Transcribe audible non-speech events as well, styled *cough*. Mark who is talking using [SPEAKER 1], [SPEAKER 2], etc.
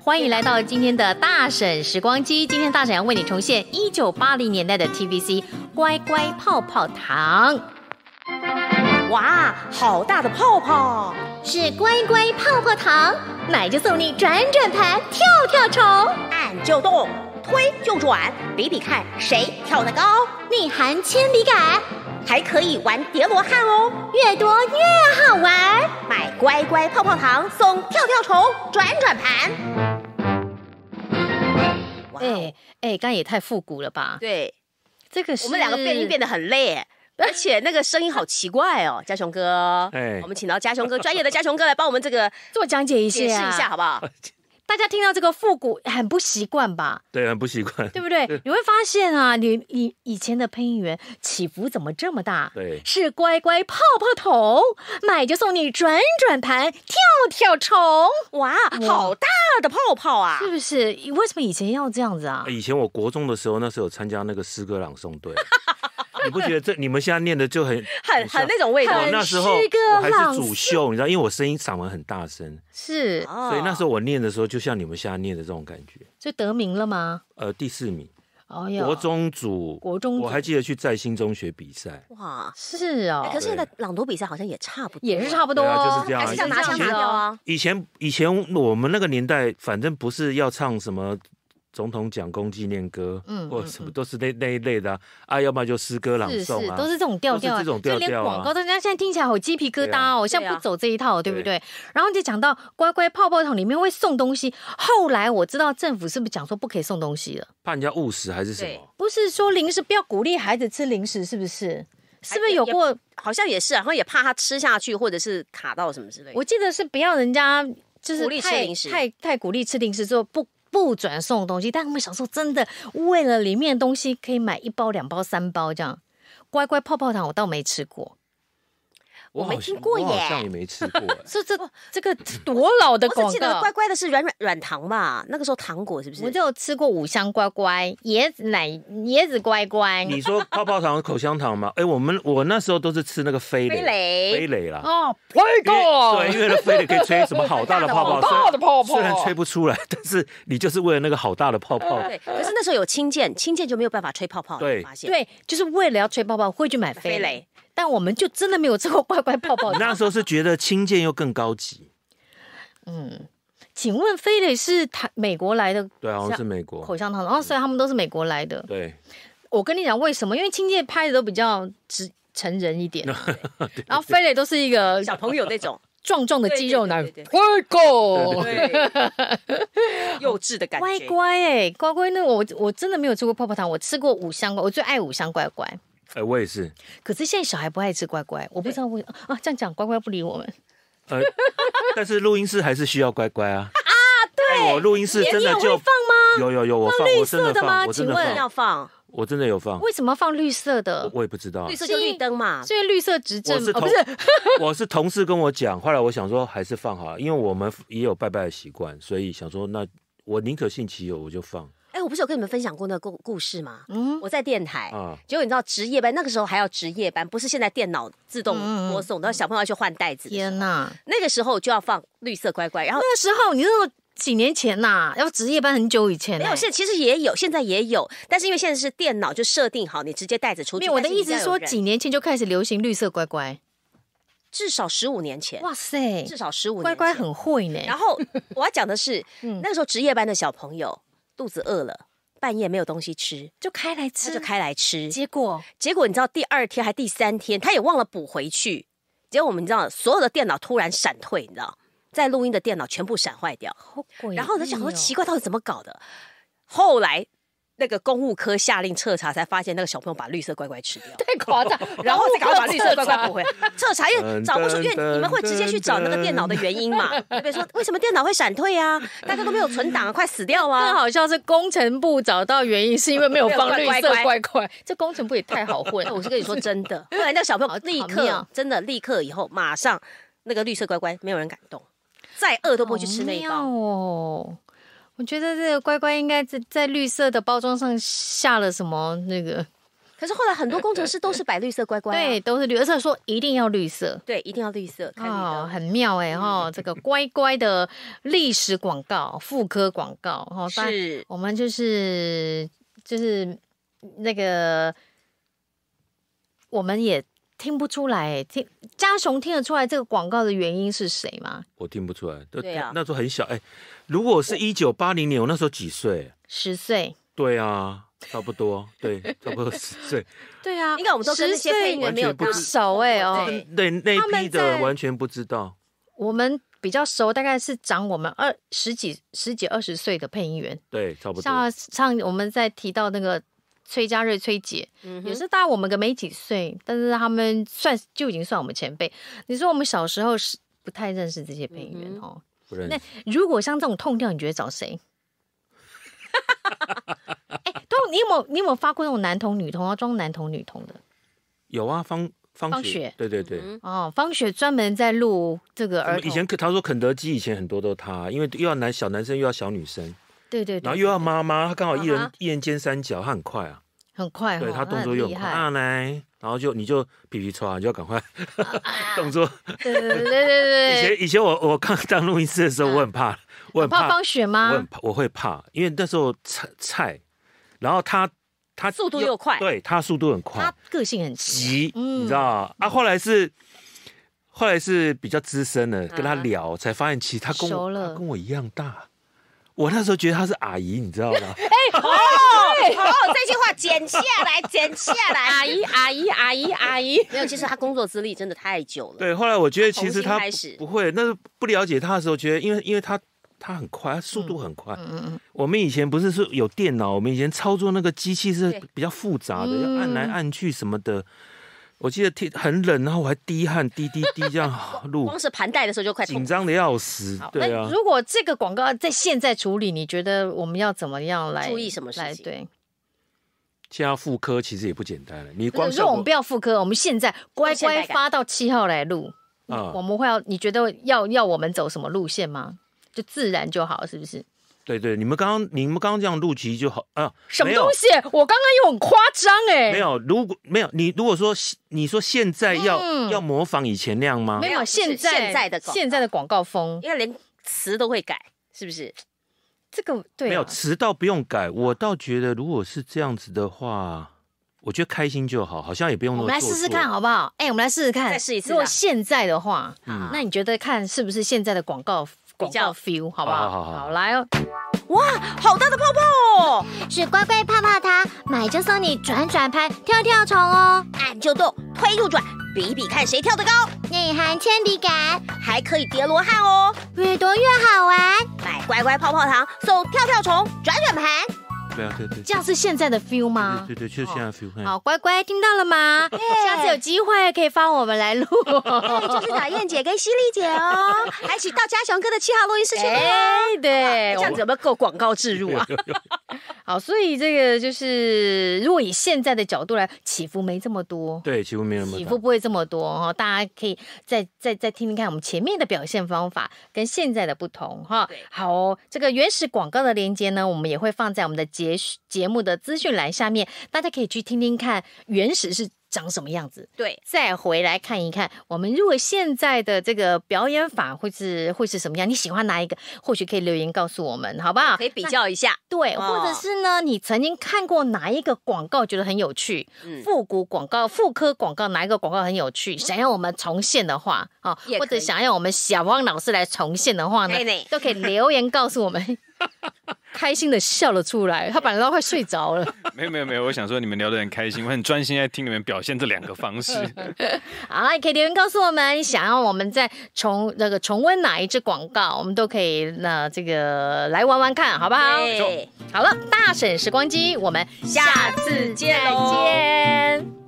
[SPEAKER 1] 欢迎来到今天的大婶时光机。今天大婶要为你重现一九八零年代的 TVC 乖乖泡泡糖。
[SPEAKER 2] 哇，好大的泡泡！
[SPEAKER 3] 是乖乖泡泡糖，买就送你转转盘、跳跳虫。
[SPEAKER 2] 按就动，推就转，比比看谁跳得高。
[SPEAKER 3] 内含铅笔杆，
[SPEAKER 2] 还可以玩叠罗汉哦，
[SPEAKER 3] 越多越好玩。
[SPEAKER 2] 买乖乖泡泡糖送跳跳虫、转转盘。哇哦
[SPEAKER 1] 哎哎，刚才也太复古了吧？
[SPEAKER 2] 对
[SPEAKER 1] 这个是
[SPEAKER 2] 我们两个变音变得很累耶。而且那个声音好奇怪哦，嘉雄哥，
[SPEAKER 4] 哎
[SPEAKER 2] 我们请到嘉雄哥，专业的嘉雄哥来帮我们这个
[SPEAKER 1] 做讲解一下，
[SPEAKER 2] 解释一下，好不好？
[SPEAKER 1] 大家听到这个复古很不习惯吧？
[SPEAKER 4] 对，很不习惯。
[SPEAKER 1] 对不对？你会发现啊，你你以前的配音员起伏怎么这么大？
[SPEAKER 4] 对
[SPEAKER 1] 是乖乖泡泡桶，买就送你转转盘、跳跳虫，
[SPEAKER 2] 哇，好大的泡泡啊！
[SPEAKER 1] 是不是？为什么以前要这样子啊？
[SPEAKER 4] 以前我国中的时候，那时候有参加那个诗歌朗诵队，你不觉得这你们现在念的就很
[SPEAKER 2] 很很那种味道哦
[SPEAKER 4] 我那时候
[SPEAKER 1] 很诗歌
[SPEAKER 4] 我还
[SPEAKER 1] 朗
[SPEAKER 4] 是
[SPEAKER 1] 诵
[SPEAKER 4] 主秀，你知道，因为我声音嗓门很大声，
[SPEAKER 1] 是，
[SPEAKER 2] 哦
[SPEAKER 4] 所以那
[SPEAKER 1] 嗯
[SPEAKER 4] 时候我念的时候，就像你们现在念的这种感觉。
[SPEAKER 1] 所以得名了吗？
[SPEAKER 4] 呃，第四名，
[SPEAKER 1] 哎呀，
[SPEAKER 4] 国中组，
[SPEAKER 1] 国中组
[SPEAKER 4] 我还记得去在新中学比赛，
[SPEAKER 2] 哇，
[SPEAKER 1] 是哦
[SPEAKER 2] 哎，可是现在朗读比赛好像也差不多，
[SPEAKER 1] 也是差不多，哦
[SPEAKER 4] 对啊就
[SPEAKER 2] 还
[SPEAKER 4] 是这样啊
[SPEAKER 2] 是要拿
[SPEAKER 4] 就
[SPEAKER 2] 枪
[SPEAKER 4] 是
[SPEAKER 2] 拿
[SPEAKER 4] 这
[SPEAKER 2] 掉
[SPEAKER 1] 啊。
[SPEAKER 2] 啊。
[SPEAKER 4] 以前以前我们那个年代，反正不是要唱什么总统奖功纪念歌，
[SPEAKER 1] 嗯
[SPEAKER 4] 嗯，或者什么都是那那一类的啊，啊要不然就诗歌朗
[SPEAKER 1] 是是
[SPEAKER 4] 诵啊，，
[SPEAKER 1] 都是这种调调啊，
[SPEAKER 4] 都是这种
[SPEAKER 1] 就
[SPEAKER 4] 调调
[SPEAKER 1] 连
[SPEAKER 4] 啊
[SPEAKER 1] 广告，大家现在听起来好鸡皮疙瘩哦，
[SPEAKER 2] 对
[SPEAKER 1] 像
[SPEAKER 2] 啊
[SPEAKER 1] 不走这一套，对不对？然后就讲到乖乖泡泡桶里面会送东西，后来我知道政府是不是讲说不可以送东西了？
[SPEAKER 4] 怕人家误食还是什
[SPEAKER 2] 对
[SPEAKER 4] 么？
[SPEAKER 1] 不是说零食不要鼓励孩子吃零食，是不是？是不是有
[SPEAKER 2] 也
[SPEAKER 1] 过？
[SPEAKER 2] 好像也是啊，好像也怕他吃下去或者是卡到什么之类的。
[SPEAKER 1] 我记得是不要人家就是
[SPEAKER 2] 鼓励吃
[SPEAKER 1] 太
[SPEAKER 2] 零食
[SPEAKER 1] 太太鼓励吃零食之后不。不准送东西，但我们小时候真的为了里面的东西可以买一包、两包、三包这样。乖乖泡泡糖我倒没吃过，。
[SPEAKER 2] 我
[SPEAKER 4] 我
[SPEAKER 2] 没
[SPEAKER 4] 好像
[SPEAKER 2] 听过
[SPEAKER 4] 我
[SPEAKER 2] 耶
[SPEAKER 4] 好像也没吃过欸耶
[SPEAKER 1] *laughs* 这这哦这个多老的
[SPEAKER 2] 我
[SPEAKER 1] 广
[SPEAKER 2] 只记得
[SPEAKER 1] 告
[SPEAKER 2] 乖。乖的是软软软糖吧，那个时候糖果是不是？
[SPEAKER 1] 我就有吃过五香乖乖、椰子奶、椰子乖乖。
[SPEAKER 4] 你说泡泡糖、口香糖嘛？哎，我们我那时候都是吃那个飞
[SPEAKER 2] 飞
[SPEAKER 4] 雷，
[SPEAKER 2] 雷
[SPEAKER 4] 飞雷啦。
[SPEAKER 1] 哦，不会
[SPEAKER 4] 因为对，因为那飞雷可以吹什么好大的泡
[SPEAKER 1] 好
[SPEAKER 4] 泡，
[SPEAKER 1] 大的泡泡
[SPEAKER 4] 虽然虽然吹不出来，但是你就是为了那个好大的泡泡，
[SPEAKER 2] 对，可是那时候有氢键，氢键就没有办法吹泡泡，
[SPEAKER 4] 对
[SPEAKER 2] 你发现？
[SPEAKER 1] 对，就是为了要吹泡泡会去买飞
[SPEAKER 2] 飞
[SPEAKER 1] 雷
[SPEAKER 2] 雷，
[SPEAKER 1] 但我们就真的没有吃过乖乖泡泡
[SPEAKER 4] 你。 *laughs* 那时候是觉得轻剑又更高级，
[SPEAKER 1] 请问飞雷是台美国来的
[SPEAKER 4] 对，啊好像是美国
[SPEAKER 1] 口，香糖，然后所以他们都是美国来的。
[SPEAKER 4] 对，
[SPEAKER 1] 我跟你讲为什么？因为青界拍的都比较直成人一
[SPEAKER 4] *laughs*
[SPEAKER 1] 点，然后飞雷都是一个
[SPEAKER 2] 小朋友那种，
[SPEAKER 1] 壮壮的肌肉男
[SPEAKER 2] 对对对对
[SPEAKER 1] ，Go。
[SPEAKER 2] 对，幼稚的感
[SPEAKER 1] 乖
[SPEAKER 2] 觉。
[SPEAKER 1] 乖哎、乖乖那我我真的没有吃过泡泡糖，我吃过五香乖，我最爱五香乖乖。
[SPEAKER 4] 哎，我也是，
[SPEAKER 1] 可是现在小孩不爱吃乖乖，我不知道为啊这样讲乖乖不理我们。
[SPEAKER 4] 呃，但是录音室还是需要乖乖啊。啊，对，我录音室真
[SPEAKER 1] 你
[SPEAKER 4] 的
[SPEAKER 1] 也会
[SPEAKER 4] 就
[SPEAKER 1] 放吗？
[SPEAKER 4] 有有有，我
[SPEAKER 1] 放
[SPEAKER 4] 放，
[SPEAKER 1] 绿
[SPEAKER 4] 我真
[SPEAKER 1] 色的
[SPEAKER 4] 的
[SPEAKER 1] 吗
[SPEAKER 4] 放，我真的
[SPEAKER 1] 请
[SPEAKER 2] 要
[SPEAKER 1] 问
[SPEAKER 4] 放，
[SPEAKER 2] 放
[SPEAKER 4] 我真的有放，
[SPEAKER 1] 为什么要放绿色的
[SPEAKER 4] 我？我也不知道
[SPEAKER 2] 绿。色就绿灯嘛，
[SPEAKER 1] 所以绿色执政
[SPEAKER 4] 我是
[SPEAKER 1] 哦，
[SPEAKER 4] 同
[SPEAKER 1] 不是
[SPEAKER 4] *laughs* 我是同事跟我讲，后来我想说还是放好了，因为我们也有拜拜的习惯，所以想说那我宁可信其有，我就放
[SPEAKER 2] 哎，我不是有跟你们分享过那个故故事吗？
[SPEAKER 1] 嗯
[SPEAKER 2] 我在电台，
[SPEAKER 4] 啊。
[SPEAKER 2] 结果你知道值夜班，那个时候还要值夜班，不是现在电脑自动
[SPEAKER 1] 嗯嗯
[SPEAKER 2] 播送，然后小朋友要去换袋子的时候，
[SPEAKER 1] 天哪！
[SPEAKER 2] 那个时候就要放绿色乖乖，然后
[SPEAKER 1] 那时候你那个几年前呐、要值夜班很久以前、欸。
[SPEAKER 2] 没有，现在其实也有，现在也有，但是因为现在是电脑就设定好，你直接带着出去。
[SPEAKER 1] 没有，我的
[SPEAKER 2] 但是你
[SPEAKER 1] 意思
[SPEAKER 2] 要
[SPEAKER 1] 是
[SPEAKER 2] 有
[SPEAKER 1] 说
[SPEAKER 2] 人
[SPEAKER 1] 几年前就开始流行绿色乖乖。
[SPEAKER 2] 至少十五年前，
[SPEAKER 1] 哇塞，
[SPEAKER 2] 至少十五
[SPEAKER 1] 乖乖。很嗯会呢。
[SPEAKER 2] 然后我要讲
[SPEAKER 1] *laughs*
[SPEAKER 2] 的是，那个时候值夜班的小朋友肚子饿了，半夜没有东西吃，
[SPEAKER 1] 就开来
[SPEAKER 2] 他
[SPEAKER 1] 吃，
[SPEAKER 2] 就开来吃。
[SPEAKER 1] 结果
[SPEAKER 2] 结果你知道第二天还第三天，他也忘了补回去。结果我们你知道，所有的电脑突然闪退，你知道，在录音的电脑全部闪坏掉。
[SPEAKER 1] 好诡异哦
[SPEAKER 2] 然后我在想说，奇怪，到底怎么搞的？后来那个公务科下令彻查，才发现那个小朋友把绿色乖乖吃掉。
[SPEAKER 1] 太夸 *laughs* 张，
[SPEAKER 2] 然后再赶快把绿色
[SPEAKER 1] *laughs*
[SPEAKER 2] 乖乖补
[SPEAKER 1] 回。
[SPEAKER 2] 回来。彻查，因为找不出，因为你们会直接去找那个电脑的原因嘛？对不对？说为什么电脑会闪退啊？大家都没有存档啊，快死掉
[SPEAKER 1] 更
[SPEAKER 2] 啊！
[SPEAKER 1] 好 *laughs* 笑是工程部找到原因是因为没有放绿
[SPEAKER 2] 没有
[SPEAKER 1] 色
[SPEAKER 2] 放乖
[SPEAKER 1] 乖乖，这工程部也太好混。
[SPEAKER 2] 我是跟你说真的，后来那个小朋友立
[SPEAKER 1] 好妙
[SPEAKER 2] 刻真的立刻以后马上那个绿色乖乖，没有人敢动，再饿都不会去吃那一
[SPEAKER 1] 好妙
[SPEAKER 2] 包。
[SPEAKER 1] 哦。我觉得这个乖乖应该在在绿色的包装上下了什么那个
[SPEAKER 2] 可是后来很多工程师都是摆绿色乖乖啊、
[SPEAKER 1] 对，都是绿，而且说一定要绿色。
[SPEAKER 2] 对，一定要绿色，看你的。
[SPEAKER 1] 哦，很妙哎哈、这个乖乖的历史广告、妇科广告哈，当然
[SPEAKER 2] 是
[SPEAKER 1] 我们就是就是那个，我们也听不出来哎，听家雄听得出来这个广告的原因是谁吗？
[SPEAKER 4] 我听不出来。都
[SPEAKER 2] 对啊
[SPEAKER 4] 那时候很小，哎、如果是一九八零年，我那时候几岁？
[SPEAKER 1] 十岁，
[SPEAKER 4] 对啊，差不多，
[SPEAKER 1] *laughs*
[SPEAKER 4] 对，差不多十岁。
[SPEAKER 1] 对啊，
[SPEAKER 2] 应该我们都跟那些配音员没有
[SPEAKER 4] 完全不
[SPEAKER 2] 搭
[SPEAKER 1] 不熟哎、哦，
[SPEAKER 2] 对
[SPEAKER 4] 对，那
[SPEAKER 1] 他
[SPEAKER 4] 一
[SPEAKER 1] 们
[SPEAKER 4] 批
[SPEAKER 1] 在
[SPEAKER 4] 的完全不知道。
[SPEAKER 1] 我们比较熟，大概是长我们二十几、十几、二十岁的配音员。
[SPEAKER 4] 对，差不多。
[SPEAKER 1] 像像我们在提到那个崔家瑞崔姐，
[SPEAKER 2] 嗯哼
[SPEAKER 1] 也是大我们个没几岁，但是他们算就已经算我们前辈。你说我们小时候是不太认识这些配音员
[SPEAKER 2] 嗯
[SPEAKER 1] 哦。
[SPEAKER 4] 不认
[SPEAKER 1] 那
[SPEAKER 4] 识。
[SPEAKER 1] 如果像这种痛调，你觉得找谁？ *laughs* 哎、都你有没有你有没有发过那种男童女童啊，装男童女童的？
[SPEAKER 4] 有啊，方
[SPEAKER 1] 方
[SPEAKER 4] 方
[SPEAKER 1] 雪
[SPEAKER 4] 对对对。
[SPEAKER 2] 嗯
[SPEAKER 1] 哦，方雪专门在录这个
[SPEAKER 4] 我
[SPEAKER 1] 儿
[SPEAKER 4] 们
[SPEAKER 1] 童，
[SPEAKER 4] 以前肯他说肯德基以前很多都他，因为又要男小男生又要小女生，
[SPEAKER 1] 对对对，嗯
[SPEAKER 4] 然后又要妈妈，他刚好一人
[SPEAKER 2] 妈妈
[SPEAKER 4] 一人兼三角，他很快啊，
[SPEAKER 1] 很快、哦，
[SPEAKER 4] 对他动作
[SPEAKER 1] 很
[SPEAKER 4] 又
[SPEAKER 1] 厉
[SPEAKER 4] 很快
[SPEAKER 1] 害，
[SPEAKER 4] 啊来，然后就你就皮皮抽啊，你就要赶快 *laughs* 动作。
[SPEAKER 1] 对对对对对
[SPEAKER 4] *laughs* 以
[SPEAKER 1] 啊对，
[SPEAKER 4] 前以前我我刚当录音师的时候，我很怕，我很
[SPEAKER 1] 怕
[SPEAKER 4] 怕，
[SPEAKER 1] 方雪
[SPEAKER 4] 我
[SPEAKER 1] 吗？
[SPEAKER 4] 很怕我会怕，因为那时候菜菜，然后他他
[SPEAKER 2] 速度又快
[SPEAKER 4] 对他速度很快
[SPEAKER 1] 他，个性很急，
[SPEAKER 4] 急，
[SPEAKER 1] 嗯
[SPEAKER 4] 你知道啊？后来是后来是比较资深的，跟他聊才发现，其实他跟
[SPEAKER 1] 嗯熟
[SPEAKER 4] 我
[SPEAKER 1] 了
[SPEAKER 4] 他跟我一样大。我那时候觉得他是阿姨，你知道吗？ *laughs*
[SPEAKER 2] 哦，这句话剪下来，剪下来。阿姨，阿姨，阿姨，阿姨。没有，其实他工作资历真的太久了。
[SPEAKER 4] 对，后来我觉得其实
[SPEAKER 2] 从新
[SPEAKER 4] 他
[SPEAKER 2] 开始
[SPEAKER 4] 不不会，那时候不了解他的时候，觉得因为因为他他很快，他速度很快。
[SPEAKER 1] 嗯嗯，
[SPEAKER 4] 我们以前不是是有电脑，我们以前操作那个机器是
[SPEAKER 2] 对
[SPEAKER 4] 比较复杂的，
[SPEAKER 1] 嗯
[SPEAKER 4] 要按来按去什么的。我记得天很冷，然后我还滴汗，滴滴滴这样
[SPEAKER 1] *laughs*
[SPEAKER 4] 录
[SPEAKER 2] 光，是盘带的时候就快
[SPEAKER 4] 紧
[SPEAKER 2] 痛。
[SPEAKER 4] 张的要死
[SPEAKER 1] 好。。
[SPEAKER 4] 对啊
[SPEAKER 1] 那，如果这个广告在现在处理，你觉得我们要怎么样来
[SPEAKER 2] 注意什么事情
[SPEAKER 1] 来对，
[SPEAKER 4] 现在妇科其实也不简单了，你
[SPEAKER 1] 不
[SPEAKER 4] 光
[SPEAKER 1] 是说我们
[SPEAKER 4] 效果
[SPEAKER 1] 不要复刻，我们现在乖
[SPEAKER 2] 现代
[SPEAKER 1] 乖
[SPEAKER 2] 感
[SPEAKER 1] 发到七号来录。
[SPEAKER 4] 啊
[SPEAKER 1] 我们会要你觉得要要我们走什么路线吗？就自然就好，是不是？
[SPEAKER 4] 对对，你们刚刚你们刚刚这样录集就好啊，
[SPEAKER 1] 什么
[SPEAKER 4] 没有
[SPEAKER 1] 东西？我刚刚又很夸张哎，
[SPEAKER 4] 没有，如果没有你，如果说你说现在要、
[SPEAKER 1] 嗯
[SPEAKER 4] 要模仿以前那样吗
[SPEAKER 1] 没？
[SPEAKER 2] 没
[SPEAKER 1] 有，
[SPEAKER 2] 有不是
[SPEAKER 1] 现在
[SPEAKER 2] 现在的广告
[SPEAKER 1] 现在的广告风，
[SPEAKER 2] 因为连词都会改，是不是？
[SPEAKER 1] 这个对啊
[SPEAKER 4] 没有，迟到不用改。我倒觉得，如果是这样子的话，我觉得开心就好，好像也不用那
[SPEAKER 1] 我
[SPEAKER 4] 么
[SPEAKER 1] 们来试试看
[SPEAKER 4] 好。
[SPEAKER 1] 好不好？哎、我们来试试看，
[SPEAKER 2] 再试一次啊
[SPEAKER 1] 如果现在的话，
[SPEAKER 4] 嗯
[SPEAKER 1] 那你觉得看是不是现在的广告广
[SPEAKER 2] 较
[SPEAKER 1] 告 feel 好不好？
[SPEAKER 4] 好好好好
[SPEAKER 1] 来哦，
[SPEAKER 2] 哇，好大的泡泡哦！
[SPEAKER 3] 是乖乖泡泡糖，买就送你转转盘、跳跳虫哦，
[SPEAKER 2] 按就动，推就转，比比看谁跳得高，
[SPEAKER 3] 内含铅笔杆，
[SPEAKER 2] 还可以叠罗汉哦。
[SPEAKER 3] 越多越好玩。
[SPEAKER 2] 买乖乖泡泡糖送跳跳虫，转转盘。
[SPEAKER 4] 对啊，对对对
[SPEAKER 1] 这样是现在的 feel 吗？
[SPEAKER 4] 对对，就是现在 feel 看。
[SPEAKER 1] 好，乖乖，听到了
[SPEAKER 4] *laughs*
[SPEAKER 1] 吗？下次有机会可以发我们来录哦。
[SPEAKER 2] 就是打燕姐跟犀利姐哦，还请到嘉雄哥的七号录音室去录哦。
[SPEAKER 1] 哎，对，
[SPEAKER 2] 这样子有没有够广告植入啊？
[SPEAKER 1] *laughs* 好，所以这个就是，如果以现在的角度来，起伏没这么多，
[SPEAKER 4] 对，几乎没有那么
[SPEAKER 1] 起
[SPEAKER 4] 大
[SPEAKER 1] 伏不会这么多哈，大家可以再再再听听看我们前面的表现方法跟现在的不同哈
[SPEAKER 2] 对。
[SPEAKER 1] 好哦、这个原始广告的链接呢，我们也会放在我们的节节目的资讯栏下面，大家可以去听听看原始是长什么样子。
[SPEAKER 2] 对，
[SPEAKER 1] 再回来看一看，我们如果现在的这个表演法会是会是什么样？你喜欢哪一个？或许可以留言告诉我们，好不好？
[SPEAKER 2] 可以比较一下。
[SPEAKER 1] 对，
[SPEAKER 2] 哦
[SPEAKER 1] 或者是呢，你曾经看过哪一个广告觉得很有趣？
[SPEAKER 2] 嗯
[SPEAKER 1] 复古广告、妇科广告，哪一个广告很有趣？想要我们重现的话，啊
[SPEAKER 2] 也，可
[SPEAKER 1] 或者
[SPEAKER 2] 以
[SPEAKER 1] 想要我们小汪老师来重现的话呢
[SPEAKER 2] 可以呢，
[SPEAKER 1] 都可以留言告诉我
[SPEAKER 2] *laughs*
[SPEAKER 1] 们。开心的笑了出来，他本来都快睡着了。
[SPEAKER 5] *laughs* 没有没有没有，我想说你们聊得很开心，我很专心在听你们表现这两个方式。
[SPEAKER 1] 好啦，也可以留言告诉我们，想要我们再重那个重温哪一支广告，我们都可以那、这个来玩玩看，好不好？
[SPEAKER 2] 对
[SPEAKER 1] 好了，大婶时光机，我们
[SPEAKER 2] 下次见
[SPEAKER 1] 再
[SPEAKER 2] 喽
[SPEAKER 1] 见。